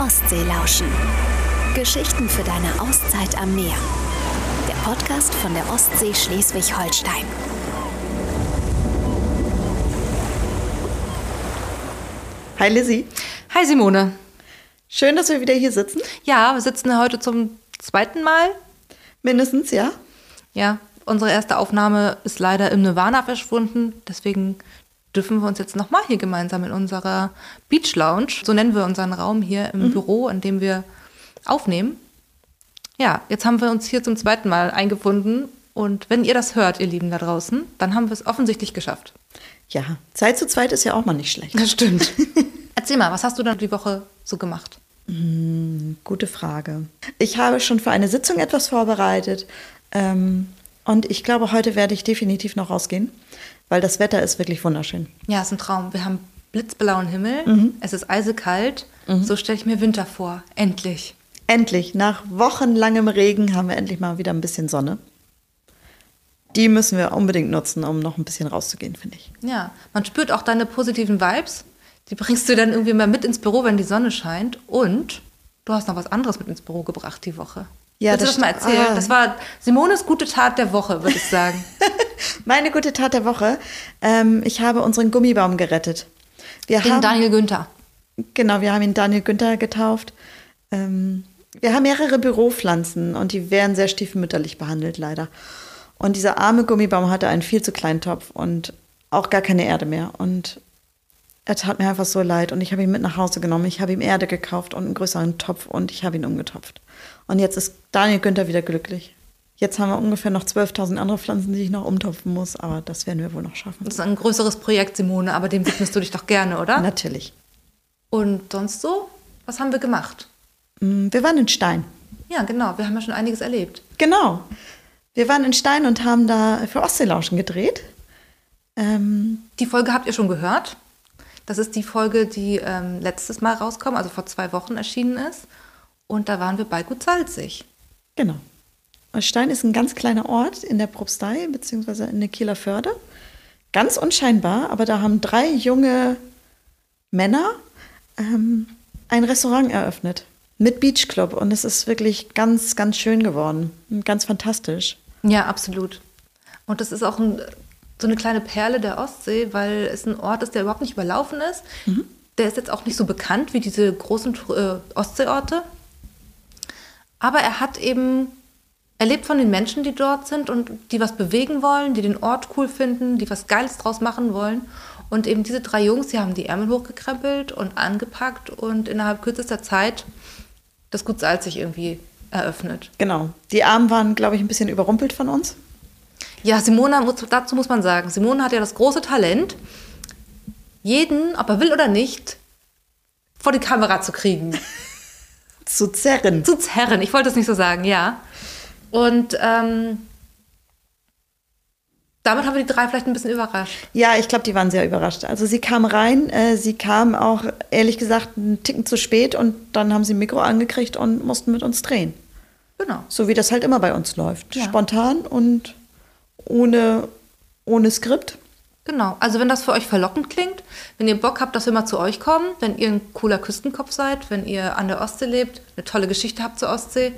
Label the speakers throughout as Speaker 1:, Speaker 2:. Speaker 1: Ostsee lauschen. Geschichten für deine Auszeit am Meer. Der Podcast von der Ostsee Schleswig-Holstein.
Speaker 2: Hi Lizzie,
Speaker 3: Hi Simone.
Speaker 2: schön, dass wir wieder hier sitzen.
Speaker 3: Ja, wir sitzen heute zum zweiten Mal.
Speaker 2: Mindestens, ja.
Speaker 3: Ja, unsere erste Aufnahme ist leider im Nirvana verschwunden. Deswegen dürfen wir uns jetzt nochmal hier gemeinsam in unserer Beach Lounge, so nennen wir unseren Raum hier im Büro, in dem wir aufnehmen. Ja, jetzt haben wir uns hier zum zweiten Mal eingefunden. Und wenn ihr das hört, ihr Lieben da draußen, dann haben wir es offensichtlich geschafft.
Speaker 2: Ja, Zeit zu zweit ist ja auch mal nicht schlecht.
Speaker 3: Das stimmt. Erzähl mal, was hast du dann die Woche so gemacht?
Speaker 2: Gute Frage. Ich habe schon für eine Sitzung etwas vorbereitet ähm, und ich glaube, heute werde ich definitiv noch rausgehen, weil das Wetter ist wirklich wunderschön.
Speaker 3: Ja, ist ein Traum. Wir haben blitzblauen Himmel,
Speaker 2: Mhm.
Speaker 3: es ist eisekalt. So stelle ich mir Winter vor. Endlich.
Speaker 2: Endlich, nach wochenlangem Regen haben wir endlich mal wieder ein bisschen Sonne. Die müssen wir unbedingt nutzen, um noch ein bisschen rauszugehen, finde ich.
Speaker 3: Ja, man spürt auch deine positiven Vibes. Die bringst du dann irgendwie mal mit ins Büro, wenn die Sonne scheint. Und du hast noch was anderes mit ins Büro gebracht die Woche.
Speaker 2: Ja,
Speaker 3: Willst
Speaker 2: das
Speaker 3: du das mal
Speaker 2: sti-
Speaker 3: erzählen?
Speaker 2: ah.
Speaker 3: Das war Simones gute Tat der Woche, würde ich sagen.
Speaker 2: Meine gute Tat der Woche. Ähm, ich habe unseren Gummibaum gerettet. Wir
Speaker 3: Den Daniel Günther.
Speaker 2: Genau, wir haben ihn Daniel Günther getauft. Ähm, wir haben mehrere Büropflanzen und die werden sehr stiefmütterlich behandelt, leider. Und dieser arme Gummibaum hatte einen viel zu kleinen Topf und auch gar keine Erde mehr. Und er tat mir einfach so leid und ich habe ihn mit nach Hause genommen. Ich habe ihm Erde gekauft und einen größeren Topf und ich habe ihn umgetopft. Und jetzt ist Daniel Günther wieder glücklich. Jetzt haben wir ungefähr noch 12.000 andere Pflanzen, die ich noch umtopfen muss, aber das werden wir wohl noch schaffen.
Speaker 3: Das ist ein größeres Projekt, Simone, aber dem widmest du dich doch gerne, oder?
Speaker 2: Natürlich.
Speaker 3: Und sonst so? Was haben wir gemacht?
Speaker 2: Mm, Wir waren in Stein.
Speaker 3: Ja, genau. Wir haben ja schon einiges erlebt.
Speaker 2: Genau. Wir waren in Stein und haben da für Ostseelauschen gedreht. Ähm,
Speaker 3: Die Folge habt ihr schon gehört. Das ist die Folge, die ähm, letztes Mal rauskam, also vor zwei Wochen erschienen ist. Und da waren wir bei Gut Salzig.
Speaker 2: genau. Und Stein ist ein ganz kleiner Ort in der Propstei, beziehungsweise in der Kieler Förde. Ganz unscheinbar, aber da haben drei junge Männer ähm, ein Restaurant eröffnet mit Beachclub. Und es ist wirklich ganz, ganz schön geworden. und Ganz fantastisch.
Speaker 3: Ja, absolut. Und das ist auch ein, so eine kleine Perle der Ostsee, weil es ein Ort ist, der überhaupt nicht überlaufen ist. Der ist jetzt auch nicht so bekannt wie diese großen Tour- äh, Ostseeorte. Aber er hat eben, er lebt von den Menschen, die dort sind und die was bewegen wollen, die den Ort cool finden, die was Geiles draus machen wollen. Und eben diese drei Jungs, die haben die Ärmel hochgekrempelt und angepackt und innerhalb kürzester Zeit das Gut Salzig irgendwie eröffnet.
Speaker 2: Genau. Die Armen waren, glaube ich, ein bisschen überrumpelt von uns.
Speaker 3: Ja, Simone, muss, dazu muss man sagen, Simone hat ja das große Talent, jeden, ob er will oder nicht, vor die Kamera zu kriegen,
Speaker 2: Zu zerren.
Speaker 3: zu zerren. Ich wollte es nicht so sagen, ja. Und ähm, damit haben wir die drei vielleicht ein bisschen überrascht.
Speaker 2: Ja, ich glaube, die waren sehr überrascht. Also sie kam rein, äh, sie kam auch ehrlich gesagt einen Ticken zu spät und dann haben sie ein Mikro angekriegt und mussten mit uns drehen.
Speaker 3: Genau.
Speaker 2: So wie das halt immer bei uns läuft.
Speaker 3: Ja.
Speaker 2: Spontan und ohne, ohne Skript.
Speaker 3: Genau. Also wenn das für euch verlockend klingt, wenn ihr Bock habt, dass wir mal zu euch kommen, wenn ihr ein cooler Küstenkopf seid, wenn ihr an der Ostsee lebt, eine tolle Geschichte habt zur Ostsee,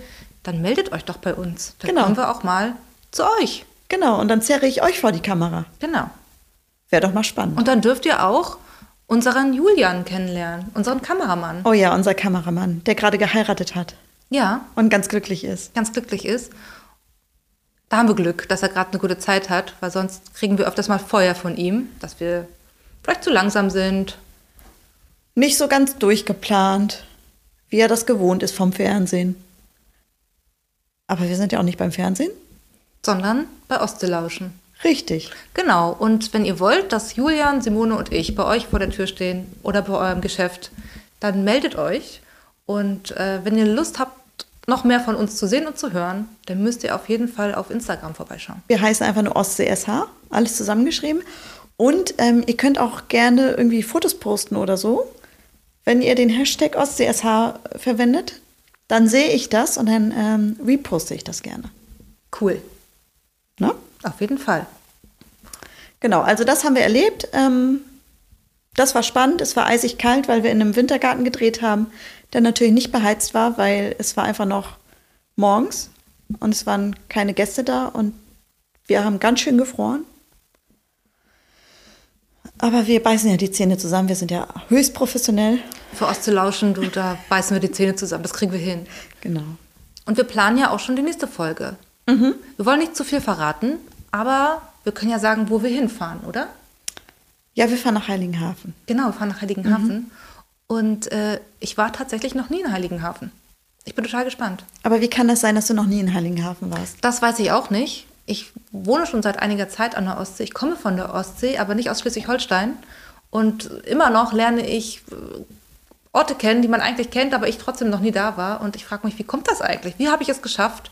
Speaker 3: dann meldet euch doch bei uns. Dann
Speaker 2: Genau.
Speaker 3: kommen wir auch mal zu euch.
Speaker 2: Genau, und dann zerre ich euch vor die Kamera.
Speaker 3: Genau.
Speaker 2: Wäre doch mal spannend.
Speaker 3: Und dann dürft ihr auch unseren Julian kennenlernen, unseren Kameramann.
Speaker 2: oh ja, unser Kameramann, der gerade geheiratet hat
Speaker 3: Ja,
Speaker 2: und ganz glücklich ist.
Speaker 3: ganz glücklich ist. Da haben wir Glück, dass er gerade eine gute Zeit hat, weil sonst kriegen wir öfters mal Feuer von ihm, dass wir vielleicht zu langsam sind.
Speaker 2: Nicht so ganz durchgeplant, wie er das gewohnt ist vom Fernsehen. Aber wir sind ja auch nicht beim Fernsehen.
Speaker 3: Sondern bei Ostelauschen.
Speaker 2: Richtig.
Speaker 3: Genau, und wenn ihr wollt, dass Julian, Simone und ich bei euch vor der Tür stehen oder bei eurem Geschäft, dann meldet euch. Und äh, wenn ihr Lust habt, noch mehr von uns zu sehen und zu hören, dann müsst ihr auf jeden Fall auf Instagram vorbeischauen.
Speaker 2: Wir heißen einfach nur OstseeSH, alles zusammengeschrieben. Und ähm, ihr könnt auch gerne irgendwie Fotos posten oder so. Wenn ihr den Hashtag OstseeSH verwendet, dann sehe ich das und dann ähm, reposte ich das gerne.
Speaker 3: Cool.
Speaker 2: Ne?
Speaker 3: Auf jeden Fall.
Speaker 2: Genau, also das haben wir erlebt. Ähm, Das war spannend, es war eisig kalt, weil wir in einem Wintergarten gedreht haben, der natürlich nicht beheizt war, weil es war einfach noch morgens und es waren keine Gäste da und wir haben ganz schön gefroren. Aber wir beißen ja die Zähne zusammen, wir sind ja höchst professionell.
Speaker 3: Für Ostzulauschen, du, da beißen wir die Zähne zusammen, das kriegen wir hin.
Speaker 2: Genau.
Speaker 3: Und wir planen ja auch schon die nächste Folge. Wir wollen nicht zu viel verraten, aber wir können ja sagen, wo wir hinfahren, oder?
Speaker 2: Ja, wir fahren nach Heiligenhafen.
Speaker 3: Genau, wir fahren nach Heiligenhafen. Und äh, ich war tatsächlich noch nie in Heiligenhafen. Ich bin total gespannt.
Speaker 2: Aber wie kann das sein, dass du noch nie in Heiligenhafen warst?
Speaker 3: Das weiß ich auch nicht. Ich wohne schon seit einiger Zeit an der Ostsee. Ich komme von der Ostsee, aber nicht aus Schleswig-Holstein. Und immer noch lerne ich äh, Orte kennen, die man eigentlich kennt, aber ich trotzdem noch nie da war. Und ich frage mich, wie kommt das eigentlich? Wie habe ich es geschafft,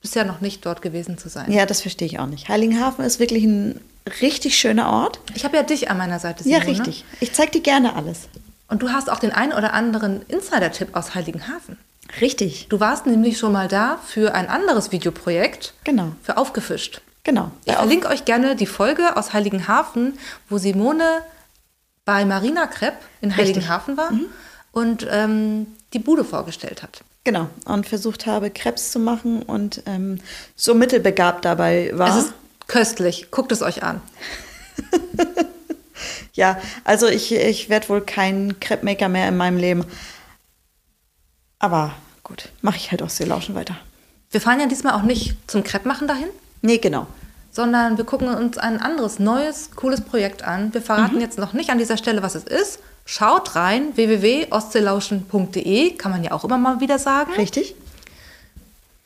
Speaker 3: bisher noch nicht dort gewesen zu sein?
Speaker 2: Ja, das verstehe ich auch nicht. Heiligenhafen ist wirklich ein richtig schöner Ort.
Speaker 3: Ich habe ja dich an meiner Seite.
Speaker 2: Ja,
Speaker 3: Simone.
Speaker 2: richtig. Ich zeig dir gerne alles.
Speaker 3: Und du hast auch den einen oder anderen Insider-Tipp aus Heiligenhafen.
Speaker 2: Richtig.
Speaker 3: Du warst nämlich schon mal da für ein anderes Videoprojekt.
Speaker 2: Genau.
Speaker 3: Für Aufgefischt.
Speaker 2: Genau.
Speaker 3: Ich verlinke euch gerne die Folge aus Heiligenhafen, wo Simone bei Marina Krepp in Heiligenhafen war
Speaker 2: Mhm.
Speaker 3: und ähm, die Bude vorgestellt hat.
Speaker 2: Genau. Und versucht habe, Krebs zu machen und ähm, so mittelbegabt dabei war.
Speaker 3: Es ist köstlich. Guckt es euch an.
Speaker 2: ja, also ich, ich werde wohl kein Crepe-Maker mehr in meinem Leben. Aber gut, mache ich halt aus Seelauschen weiter.
Speaker 3: Wir fahren ja diesmal auch nicht zum Crepe machen dahin,
Speaker 2: Nee, genau.
Speaker 3: sondern wir gucken uns ein anderes, neues, cooles Projekt an. Wir verraten
Speaker 2: Mhm.
Speaker 3: jetzt noch nicht an dieser Stelle, was es ist. Schaut rein, www.ostseelauschen.de, kann man ja auch immer mal wieder sagen.
Speaker 2: Richtig?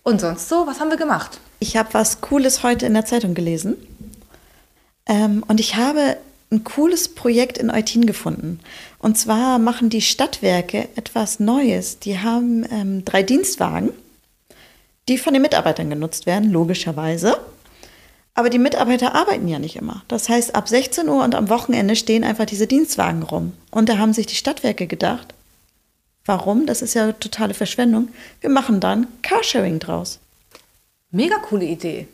Speaker 3: Und sonst so, was haben wir gemacht?
Speaker 2: Ich habe was Cooles heute in der Zeitung gelesen. Ähm, und ich habe ein cooles Projekt in Eutin gefunden. Und zwar machen die Stadtwerke etwas Neues. Die haben ähm, drei Dienstwagen, die von den Mitarbeitern genutzt werden, logischerweise. Aber die Mitarbeiter arbeiten ja nicht immer. Das heißt, ab 16 Uhr und am Wochenende stehen einfach diese Dienstwagen rum. Und da haben sich die Stadtwerke gedacht, warum? Das ist ja totale Verschwendung. Wir machen dann Carsharing draus.
Speaker 3: Mega coole Idee.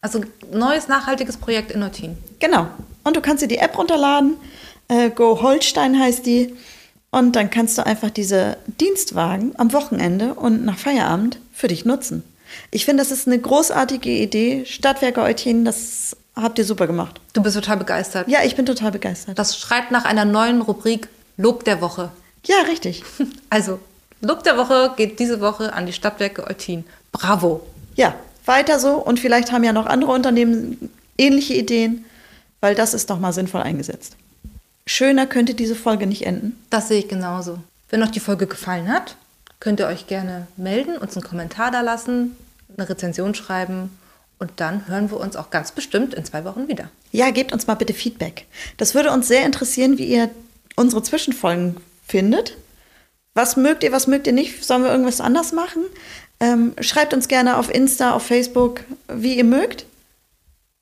Speaker 3: Also neues nachhaltiges Projekt in Neutin.
Speaker 2: Genau. Und du kannst dir die App runterladen. Äh, Go Holstein heißt die. Und dann kannst du einfach diese Dienstwagen am Wochenende und nach Feierabend für dich nutzen. Ich finde, das ist eine großartige Idee. Stadtwerke Eutin, das habt ihr super gemacht.
Speaker 3: Du bist total begeistert.
Speaker 2: Ja, ich bin total begeistert.
Speaker 3: Das schreit nach einer neuen Rubrik Lob der Woche.
Speaker 2: Ja, richtig.
Speaker 3: Also, Lob der Woche geht diese Woche an die Stadtwerke Eutin. Bravo.
Speaker 2: Ja, weiter so. Und vielleicht haben ja noch andere Unternehmen ähnliche Ideen, weil das ist doch mal sinnvoll eingesetzt. Schöner könnte diese Folge nicht enden.
Speaker 3: Das sehe ich genauso. Wenn euch die Folge gefallen hat, könnt ihr euch gerne melden, uns einen Kommentar da lassen, eine Rezension schreiben und dann hören wir uns auch ganz bestimmt in zwei Wochen wieder.
Speaker 2: Ja, gebt uns mal bitte Feedback. Das würde uns sehr interessieren, wie ihr unsere Zwischenfolgen findet. Was mögt ihr, was mögt ihr nicht? Sollen wir irgendwas anders machen? Ähm, schreibt uns gerne auf Insta, auf Facebook, wie ihr mögt.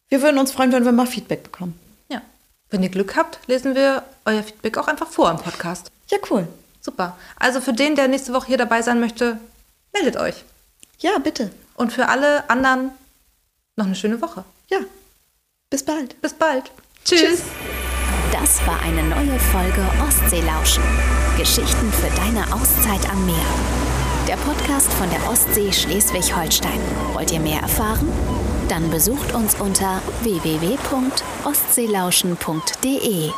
Speaker 2: Wir würden uns freuen, wenn wir mal Feedback bekommen.
Speaker 3: Ja. Wenn ihr Glück habt, lesen wir euer Feedback auch einfach vor im Podcast.
Speaker 2: Ja, cool.
Speaker 3: Super. Also für den, der nächste Woche hier dabei sein möchte, meldet euch.
Speaker 2: Ja, bitte.
Speaker 3: Und für alle anderen noch eine schöne Woche.
Speaker 2: Ja. Bis bald.
Speaker 3: Bis bald. Tschüss.
Speaker 1: Das war eine neue Folge Ostseelauschen. Geschichten für deine Auszeit am Meer. Der Podcast von der Ostsee Schleswig-Holstein. Wollt ihr mehr erfahren? Dann besucht uns unter www.ostseelauschen.de.